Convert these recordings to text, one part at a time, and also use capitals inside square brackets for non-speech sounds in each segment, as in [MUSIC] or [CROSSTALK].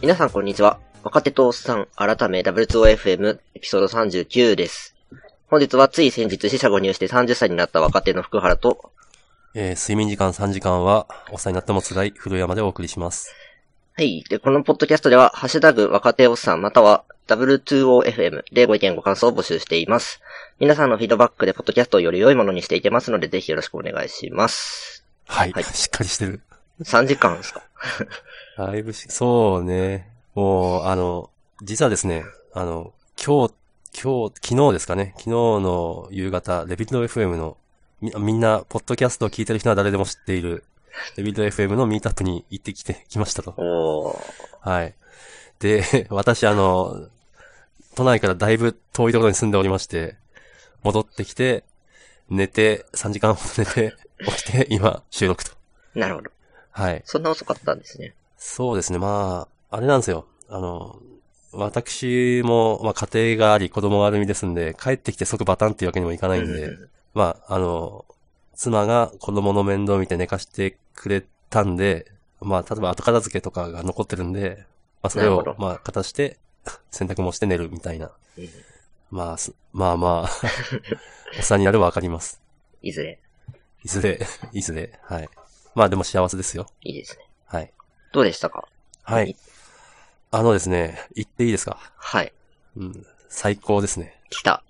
皆さんこんにちは。若手とおっさん、改め W2OFM エピソード39です。本日はつい先日死者誤入して30歳になった若手の福原と、えー睡眠時間3時間は、お世話になっても辛い古山でお送りします。はい。で、このポッドキャストでは、ハッシュタグ若手おっさんまたは W2OFM でご意見ご感想を募集しています。皆さんのフィードバックでポッドキャストをより良いものにしていけますので、ぜひよろしくお願いします。はい。はいしっかりしてる。 3時間ですかだいぶし、そうね。もう、あの、実はですね、あの、今日、今日、昨日ですかね。昨日の夕方、レビッド FM の、みみんな、ポッドキャストを聞いてる人は誰でも知っている、レビッド FM のミートアップに行ってきて、きましたと。おー。はい。で、 [LAUGHS] 私、あの、都内からだいぶ遠いところに住んでおりまして、戻ってきて、寝て、3時間ほど寝て、 [LAUGHS] 起きて、今、収録と。なるほど。はい。そんな遅かったんですね。そうですね、まあ、あれなんですよ。あの、私も、まあ、家庭があり、子供がある身ですんで、帰ってきて即バタンっていうわけにもいかないんうでん、まあ、あの、妻が子供の面倒を見て寝かしてくれたんで、まあ、例えば後片付けとかが残ってるんで、まあ、それなるをほ、まあ、片して、 [LAUGHS] 洗濯もして寝るみたいな。うんまあ、すまあまあ、 [LAUGHS] お世話になるはわかります。いずれ、いずれ、 [LAUGHS] いずれ、はい。まあ、でも幸せですよ。いいですね。はい。どうでしたかはい。。あのですね、言っていいですかはい。うん。最高ですね。来た。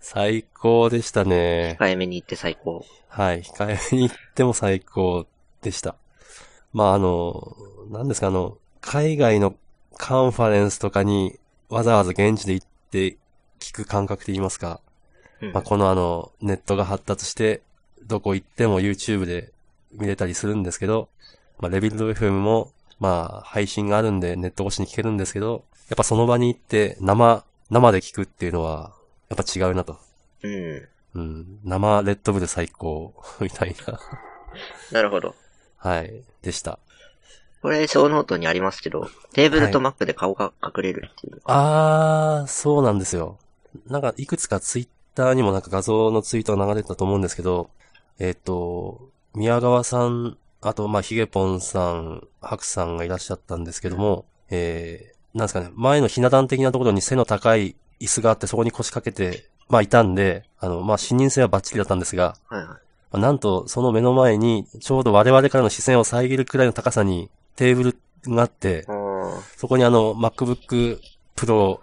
最高でしたね。控えめに行って最高。はい。控えめに行っても最高でした。まあ、あの、何ですか、あの、海外のカンファレンスとかにわざわざ現地で行って聞く感覚と言いますか、うんまあ、このあの、ネットが発達して、どこ行っても YouTube で見れたりするんですけど、まあ、レビルド FM も、まあ、配信があるんでネット越しに聞けるんですけど、やっぱその場に行って生、生で聞くっていうのは、やっぱ違うなと。うん。うん。生レッドブル最高、みたいな。なるほど。はい。でした。これ、小ノートにありますけど、テーブルとマックで顔が隠れるっていう。あー、そうなんですよ。なんか、いくつかツイッターにもなんか画像のツイートが流れてたと思うんですけど、えっ、と、宮川さん、あと、まあ、ヒゲポンさん、ハクさんがいらっしゃったんですけども、えー、なんですかね、前のひな壇的なところに背の高い椅子があって、そこに腰掛けて、まあ、いたんで、あの、まあ、視認性はバッチリだったんですが、はいはい。まあなんと、その目の前に、ちょうど我々からの視線を遮るくらいの高さにテーブルがあって、あそこにあの、MacBook Pro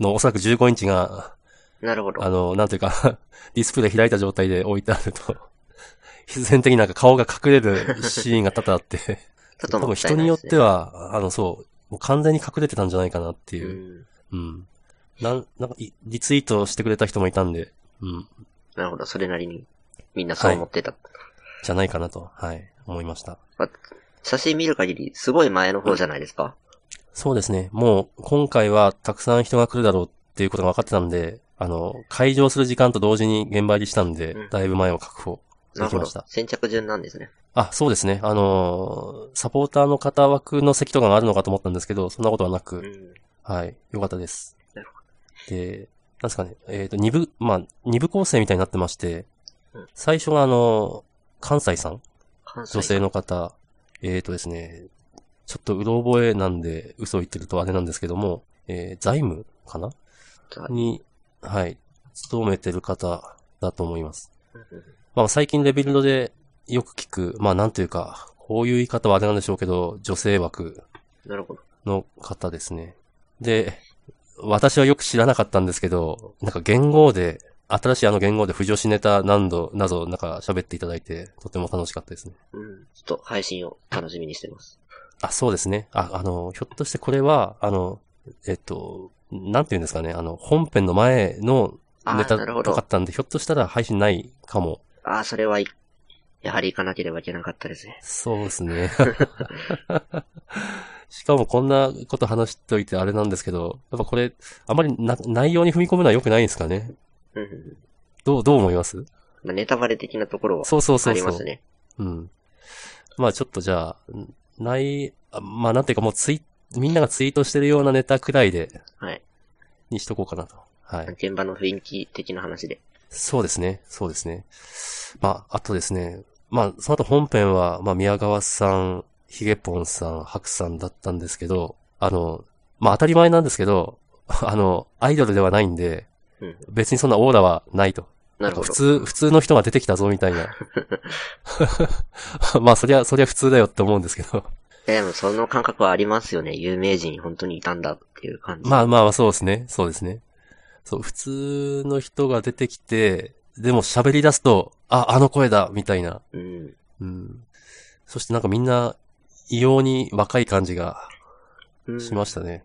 のおそらく15インチが、ーなるほどあ。の、なんというか、 [LAUGHS] ディスプレイ開いた状態で置いてあると、 [LAUGHS] 必然的になんか顔が隠れるシーンが多々あ [LAUGHS] って、ちょっ多とも分った人いなにいよでっすねては、あの、そう、もう完全に隠れてたんじゃないかなっていう。うんうん。なん、なんかい、リツイートしてくれた人もいたんで、うん、なるほど。それなりに、みんなそう思ってた。じゃないかなと、はい、思いました。まあ写真見る限り、すごい前の方じゃないですか。そうですね。もう、今回はたくさん人が来るだろうっていうことが分かってたんで、あの、会場する時間と同時に現場入りしたんで、うんだいぶ前を確保なでるきほまどした。。先着順なんですね。あ、そうですね。あのーサポーターの方枠の席とかがあるのかと思ったんですけど、そんなことはなく、うん。はい、よかったですなる。で、なんですかね、えっ、と、二部、まあ、二部構成みたいになってましてうん、最初があのー関西さん関西女性の方、えーとですね、ちょっとうろ覚えなんで嘘を言ってるとあれなんですけども、えー財務かなだに、はい、勤めてる方だと思います。うんうんまあ最近レビルドでよく聞く、まあなんというか、こういう言い方はあれなんでしょうけど、女性枠なるほど。の方ですね。で、私はよく知らなかったんですけど、なんか言語で、新しいあの言語で不女子ネタ何度などなんか喋っていただいて、とても楽しかったですね。うん。ちょっと配信を楽しみにしてます。あ、そうですね。あ、あの、ひょっとしてこれは、あの、えっと、なんて言うんですかね、あの、本編の前のあネー、タなるほとかあどっ。たんで、ひょっとしたら配信ないかも。ああ、それはい、やはり行かなければいけなかったですね。そうです [LAUGHS] ね。しかもこんなこと話しといてあれなんですけど、やっぱこれ、あまりな内容に踏み込むのは良くないんですかねうんうんうん。どう、どう思いますまあ、ネタバレ的なところはそうそうそあうりそまうす。ね。うん。まあちょっとじゃあ、んない、あまあなんていうかもうツイ、みんながツイートしてるようなネタくらいで、はい。にしとこうかなと。はい。現場の雰囲気的な話で。そうですね。そうですね。まあ、あとですね。まあ、その後本編は、まあ、宮川さん、ヒゲポンさん、ハクさんだったんですけど、あの、まあ、当たり前なんですけど、あの、アイドルではないんで、うん別にそんなオーラはないと。なるほど。普通、普通の人が出てきたぞみたいな。 [LAUGHS] まあ、そりゃ、そりゃ普通だよって思うんですけど。でもその感覚はありますよね。有名人本当にいたんだっていう感じ。まあまあ、そうですね。そうですね。そう、普通の人が出てきて、でも喋り出すと、あ、あの声だみたいな。うん。うん。そしてなんかみんな、異様に若い感じがうんしましたね。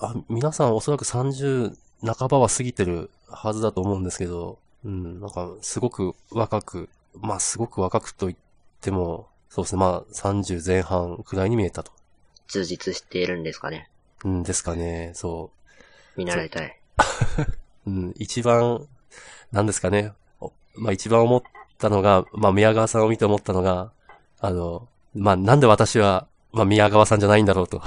あ、皆さんおそらく30半ばは過ぎてるはずだと思うんですけど、うん、なんかすごく若く、まあすごく若くと言っても、そうですね、まあ30前半くらいに見えたと。充実しているんですかね。うんですかね、そ見習いたい。う。うん、一番、なんですかね、おまあ一番思ったのが、まあ宮川さんを見て思ったのが、あの、まあなんで私は、まあ宮川さんじゃないんだろうと。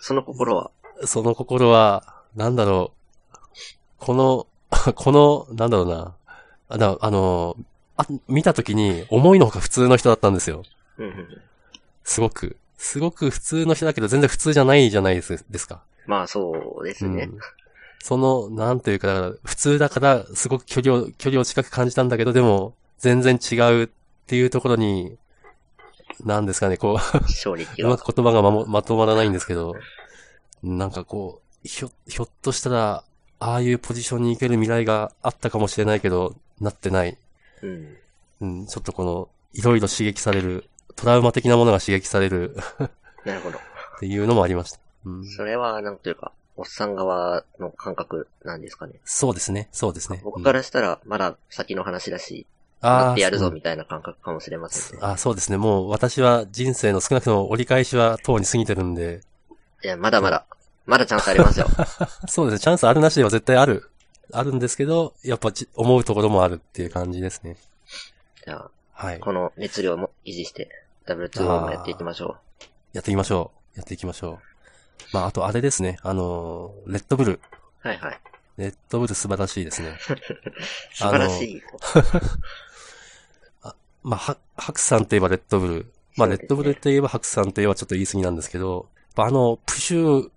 その心は、その心は、なんだろう。この、 [LAUGHS] この、なんだろうな。あ、だあの、あ見たときに、思いのほか普通の人だったんですよ。うんうん。すごく。すごく普通の人だけど、全然普通じゃないじゃないですですか。まあそうですね。うんその、なんというか、だから普通だから、すごく距離を、距離を近く感じたんだけど、でも、全然違うっていうところに、なんですかね、こう、 [LAUGHS] 勝利っていううまか。く言葉がまもまとまらないんですけど、なんかこう、ひょ、ひょっとしたら、ああいうポジションに行ける未来があったかもしれないけど、なってない。うん。うん、ちょっとこの、いろいろ刺激される、トラウマ的なものが刺激されるなるほど。っていうのもありました。うん、それは、なんというか、おっさん側の感覚なんですかね。そうですね、そうですね。僕かうん、らしたら、まだ先の話だし、あ待あってやるぞうんみたいな感覚かもしれませんね。あーそうですね。もう私は人生の少なくとも折り返しはとうに過ぎてるんで、いや、まだまだ、まだチャンスあります [LAUGHS] よ。そうですね。チャンスあるなしでは絶対ある。あるんですけど、やっぱち思うところもあるっていう感じですね。じゃあ、はい。この熱量も維持して、W2 もやっていきましょやっていきましょう。やっていきましょう。まあ、あとあれですね。あのー、レッドブル。う。はいはい。レッドブル素晴らしいですね。素晴らしい。まあ、ハハクさんといえばレッドブル。そまあ、レうですねッドブルといえばハクさんといえばちょっと言い過ぎなんですけど、やっぱあの、プシュー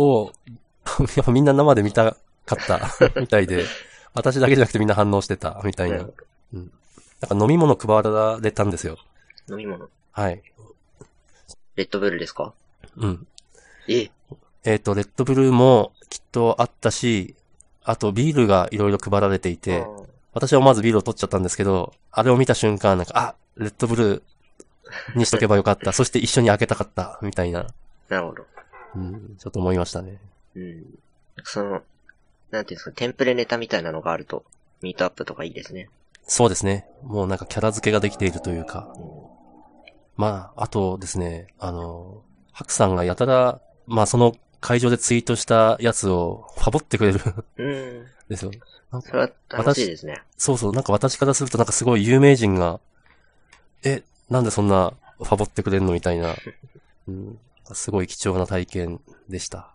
を、 [LAUGHS] やっぱみんな生で見た [LAUGHS] かったみたいで、私だけじゃなくてみんな反応してたみたいな。ななんんか飲み物配られたんですよ。飲み物。はい。レッドブルですかうん。え、えっ、と、レッドブルーもきっとあったし、あとビールがいろいろ配られていあて、ー私はまずビールを取っちゃったんですけど、あれを見た瞬間、なんか、あ、レッドブルーにしとけばよかった。そして一緒に開けたかった、みたいな、なるほど。うん、ちょっと思いましたね。うん。その、なんていうんですか、テンプレネタみたいなのがあると、ミートアップとかいいですね。そうですね。もうなんかキャラ付けができているというか。まあ、あとですね、あの、ハクさんがやたら、まあその会場でツイートしたやつをファボってくれるんうん。ですよ。それは楽しいですね。そうそう、なんか私からするとなんかすごい有名人が、え、なんでそんなファボってくれるのみたいな、うん、すごい貴重な体験でした。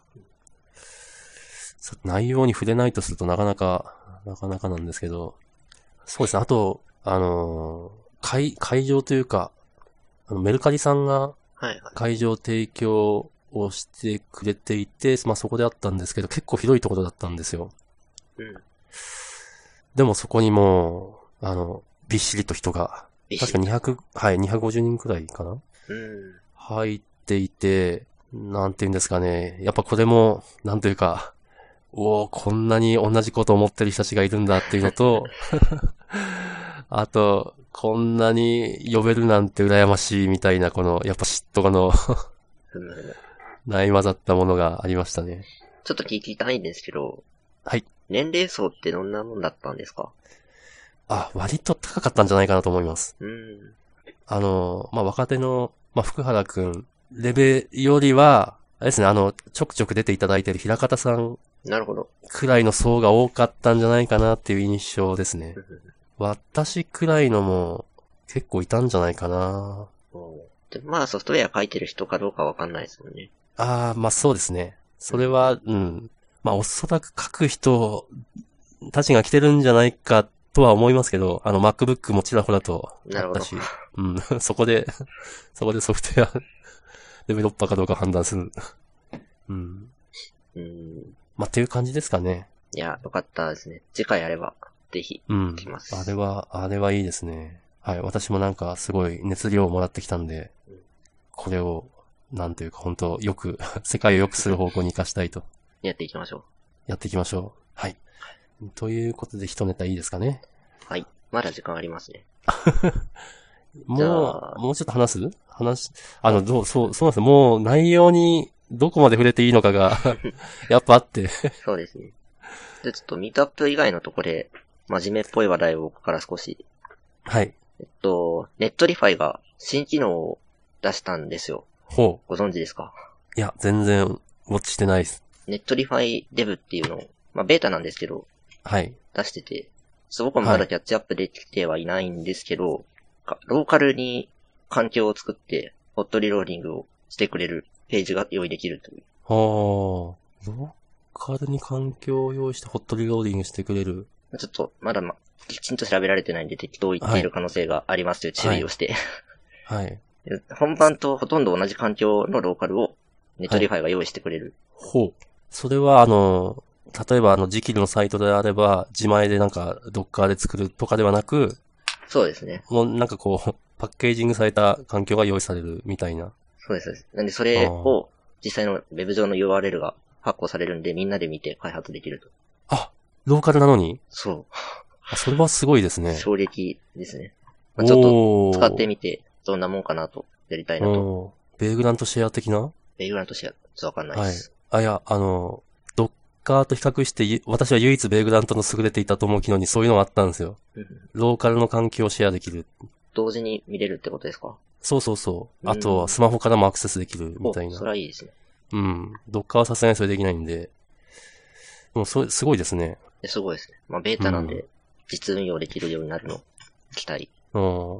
さ内容に触れないとするとなかなか、なかなかなんですけど、そうですね、あと、あのー会、会場というか、あのメルカリさんがはいはい。会場提供をしてくれていて、まあそこであったんですけど、結構広いところだったんですよ。うん。でもそこにもう、あの、びっしりと人が、びっし確りか200、はい、250人くらいかなうん。入っていて、なんて言うんですかね。やっぱこれも、なんというか、おおこんなに同じこと思ってる人たちがいるんだっていうの [LAUGHS] と、あと、こんなに呼べるなんて羨ましいみたいな、この、やっぱ嫉妬のふむふむ。ない混ざったものがありましたね。ちょっと聞きたいんですけど。はい。年齢層ってどんなもんだったんですかあ、割と高かったんじゃないかなと思います。うん。あの、まあ、若手の、まあ、福原くん、レベよりは、あれですね、あの、ちょくちょく出ていただいてる平方さんなるほど。くらいの層が多かったんじゃないかなっていう印象ですね。私くらいのも結構いたんじゃないかな。うんでまあソフトウェア書いてる人かどうかわかんないですもんね。ああ、まあそうですね。それは、うん。まあおそらく書く人たちが来てるんじゃないかとは思いますけど、あの MacBook もちらほらとなあるっほたどし、うん、 [LAUGHS] そこで、そこでソフトウェア [LAUGHS] デベロッパーかどうか判断する。うん。うん。まあ、っていう感じですかね。いや、よかったですね。次回やれば、ぜひ。うんきま。すあれは、あれはいいですね。はい。私もなんかすごい熱量をもらってきたんでうん、これを、なんというか本当よく、 [LAUGHS] 世界を良くする方向に活かしたいと、やっていきましょやっていきましょう。はい。ということで一ネタいいですかね。う。はい。まだ時間ありますね。じもゃあう、もうちょっと話す話し、あの、どう、そう、そうなんですよもう内容にどこまで触れていいの [LAUGHS] かが、やっぱあって。そうですね。で、ちょっとミートアップ以外のところで、真面目っぽい話題をここから少し。はい。えっと、ネットリファイが新機能を出したんですよ。ほご存知ですかう。いや、全然、ウォッチしてないです。ネットリファイデブっていうのを、まあ、ベータなんですけど、はい。出してて、ちょっと僕もまだキャッチアップできてはいないんですけど、かローカルに環境を作って、ホットリローディングをしてくれるページが用意できるという。はあ、ローカルに環境を用意してホットリローディングしてくれる。ちょっと、まだま、きちんと調べられてないんで適当言っている可能性がありますという注意をして、 [LAUGHS] はい。本番とほとんど同じ環境のローカルをネットリファイが用意してくれる。ほう。それはあの、例えばあの、ジキルのサイトであれば、自前でなんか、ドッカーで作るとかではなく、そうですね。もうなんかこう、 [LAUGHS] パッケージングされた環境が用意されるみたいな。そうですそうです。なんで、それを実際のウェブ上の URL が発行されるんで、みんなで見て開発できると。あ、ローカルなのにそあそれはすごいですう。ね。衝撃ですね。まあ、ちょっと、おー使ってみて、どんなもんかなと、やりたいなと。おーベーグラントシェア的なベイグラントシェア、ちょっとわかんないです。あ、いや、あの、ドッカーと比較してゆ、私は唯一ベーグラントの優れていたと思う機能にそういうのがあったんですよ。うんローカルの環境をシェアできる。同時に見れるってことですかそうそうそう。うんあとはスマホからもアクセスできるみたいおなそ。れはいいですね。うん。ドッカーはさすがにそれできないんで。もうそれ、すごいですね。ですごいですね。まあ、ベータなんうで、実運用できるようになるの、期待。うん。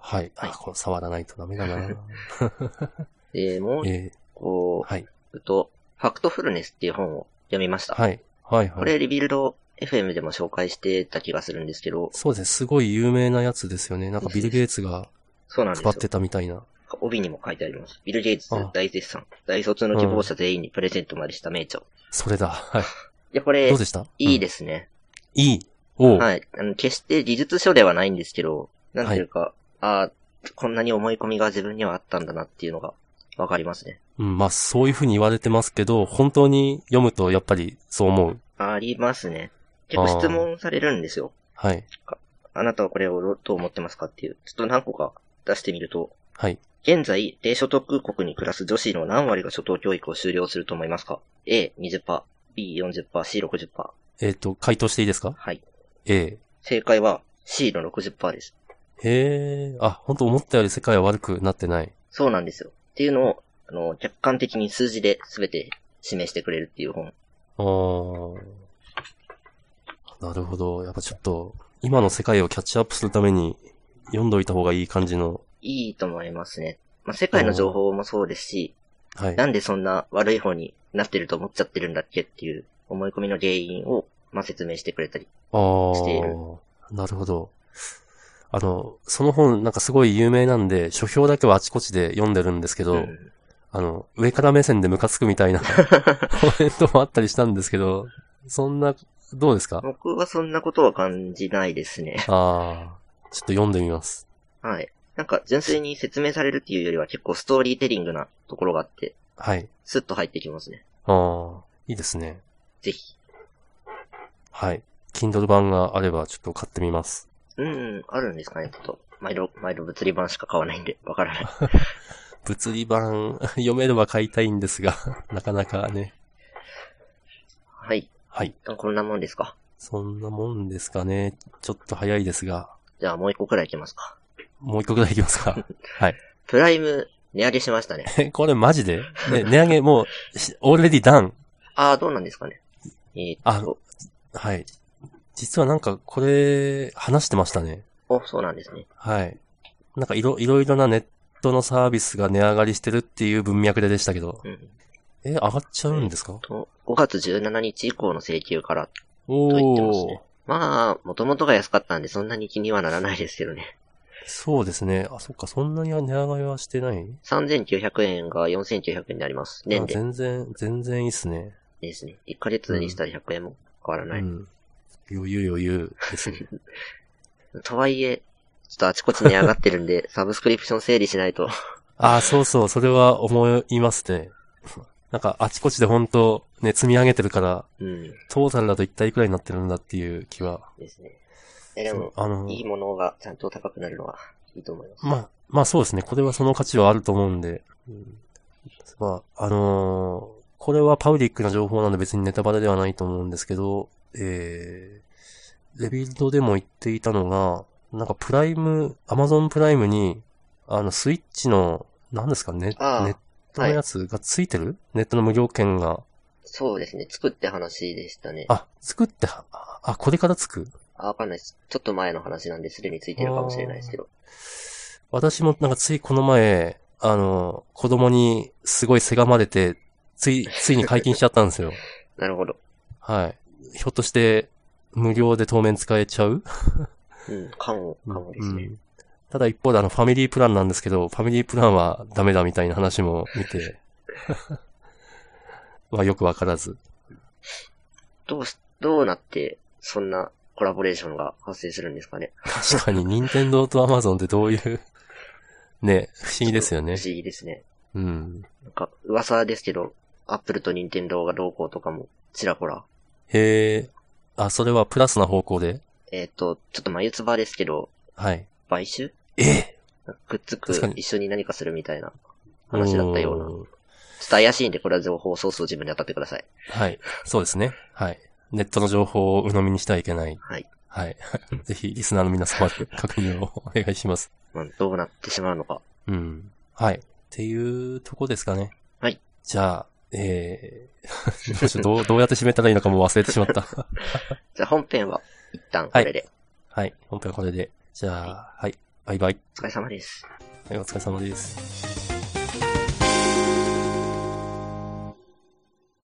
はい。あ、これ触らないとダメ [LAUGHS] だな。で、もう一えー個、はい。えっと、ファクトフルネスっていう本を読みました。はい。はい、はこい。れ、リビルド FM でも紹介してた気がするんですけど、そうですね。すごい有名なやつですよね。なんかビル・ゲイツがそうなんです使よっ。てたみたいな。帯にも書いてあります。ビル・ゲイツあ大絶賛。大卒の希望者全員にプレゼントまでした名著。いそれだ。はい。や、これどう、でしたいいで。ですね。うんいい。おう。はい。あの、決して技術書ではないんですけど、なんていうか、ああ、こんなに思い込みが自分にはあったんだなっていうのがわかりますね。うん、まあそういうふうに言われてますけど、本当に読むとやっぱりそう思う。ありますね。結構質問されるんですよ。はい。あなたはこれをどどう思ってますかっていう。ちょっと何個か出してみると、はい。現在、低所得国に暮らす女子の何割が初等教育を修了すると思いますか ?A、20%、B、40%、C、60%。えっ、と、回答していいですかはい。え正解は C の60%です。えへえ。あ、本当思ったより世界は悪くなってない。そうなんですよ。っていうのを、あの、客観的に数字で全て示してくれるっていう本。あー。なるほど。やっぱちょっと、今の世界をキャッチアップするために、読んどいた方がいい感じの。いいと思いますね。まあ、世界の情報もそうですし、はい。なんでそんな悪い方になってると思っちゃってるんだっけっていう思い込みの原因を、まあ、説明してくれたり。ああしているなるほど。あの、その本なんかすごい有名なんで、書評だけはあちこちで読んでるんですけど、うんあの、上から目線でムカつくみた [LAUGHS] いなコメントもあったりしたんですけど、そんな、どうですか僕はそんなことは感じないですね。ああ、ちょっと読んでみます。はい。なんか、純粋に説明されるっていうよりは結構ストーリーテリングなところがあって、はい。スッと入ってきますね。ああ、いいですね。ぜひ。はい。Kindle 版があればちょっと買ってみます。うん、あるんですかね、ちょっと。毎度、毎度物理版しか買わないんで、わからない。 [LAUGHS] 物理版、 [LAUGHS] 読めれば買いたいんですが、 [LAUGHS] なかなかね。はい。はい。こんなもんですか。そんなもんですかね。ちょっと早いですが、じゃあもう一個くらいいきますか。もう一個ぐらいいきますか。プライム、値上げしましたね。 [LAUGHS] え、これマジで、ね、値上げもうし、オーレディダウン。ああ、どうなんですかね。えー、あそうはい。実はなんかこれ、話してましたね。お、そうなんですね。はい。なんかいろ、いろいろなネットのサービスが値上がりしてるっていう文脈ででしたけど。うん。え、上がっちゃうんですかと、5月17日以降の請求から、おと言ってますねまあ、もともとが安かったんでそんなに気にはならないですけどね。そうですね。あ、そっか、そんなに値上がりはしてない3900円が4900円になります。年あで全然、全然いいっすね。ですね。1ヶ月にしたら100円も変わらない。うん。余裕余裕ですね。とはいえ、ちょっとあちこちに上がってるん [LAUGHS] で、サブスクリプション整理しないと。あ、そうそう、それは思いますね。 [LAUGHS] なんか、あちこちで本当ね、積み上げてるから、うん。トータルだと一体いくらになってるんだっていう気は。ですね。え、でも、そうあの、いいものがちゃんと高くなるのはいいと思います。まあ、まあそうですね。これはその価値はあると思うんで。うんまあ、あのーこれはパブリックな情報なんで別にネタバレではないと思うんですけど、えー、レビルドでも言っていたのが、なんかプライム、アマゾンプライムに、あの、スイッチの、なんですかね、ネああットのやつがついてる、ネットの無料券が。そうですね。作って話でしたね。あ、作っては、あ、これからつくあ、わかんないです。ちょっと前の話なんで、すでについてるかもしれないですけど。私もなんかついこの前、あの、子供にすごいせがまれて、つ [LAUGHS] い、ついに解禁しちゃったんですよ。なるほど。はい。ひょっとして、無料で当面使えちゃううん、かも、かもですね。うんただ一方であの、ファミリープランなんですけど、ファミリープランはダメだみたいな話も見て、 [LAUGHS] はよくわからず。どうし、どうなって、そんなコラボレーションが発生するんですかね。[LAUGHS] 確かに、任天堂とアマゾンってどういう、ね、不思議ですよね不。思議ですね。うん。なんか、噂ですけど、アップルと任天堂が同行とかも、ちらほら。へえ、あ、それはプラスな方向でえっ、と、ちょっと眉唾ですけど、はい。買収ええくっつく確かに、一緒に何かするみたいな話だったような。ちょんっと怪しいんで、これは情報ソースを自分で当たってください。はい。そうですね。はい。ネットの情報を鵜呑みにしてはいけない。はい。はい。 [LAUGHS] ぜひ、リスナーの皆様で確認をお願いします。まあ、どうなってしまうのか。うん。はい。っていうとこですかね。はい。じゃあ、えー、ど [LAUGHS] うしようどう、どうやって締めたらいいのかもう忘れてしまった。 [LAUGHS] じゃあ本編は、一旦これで。はい。本編はこれで。じゃあ、はい。バイバイ。お疲れ様です。はい、お疲れ様です。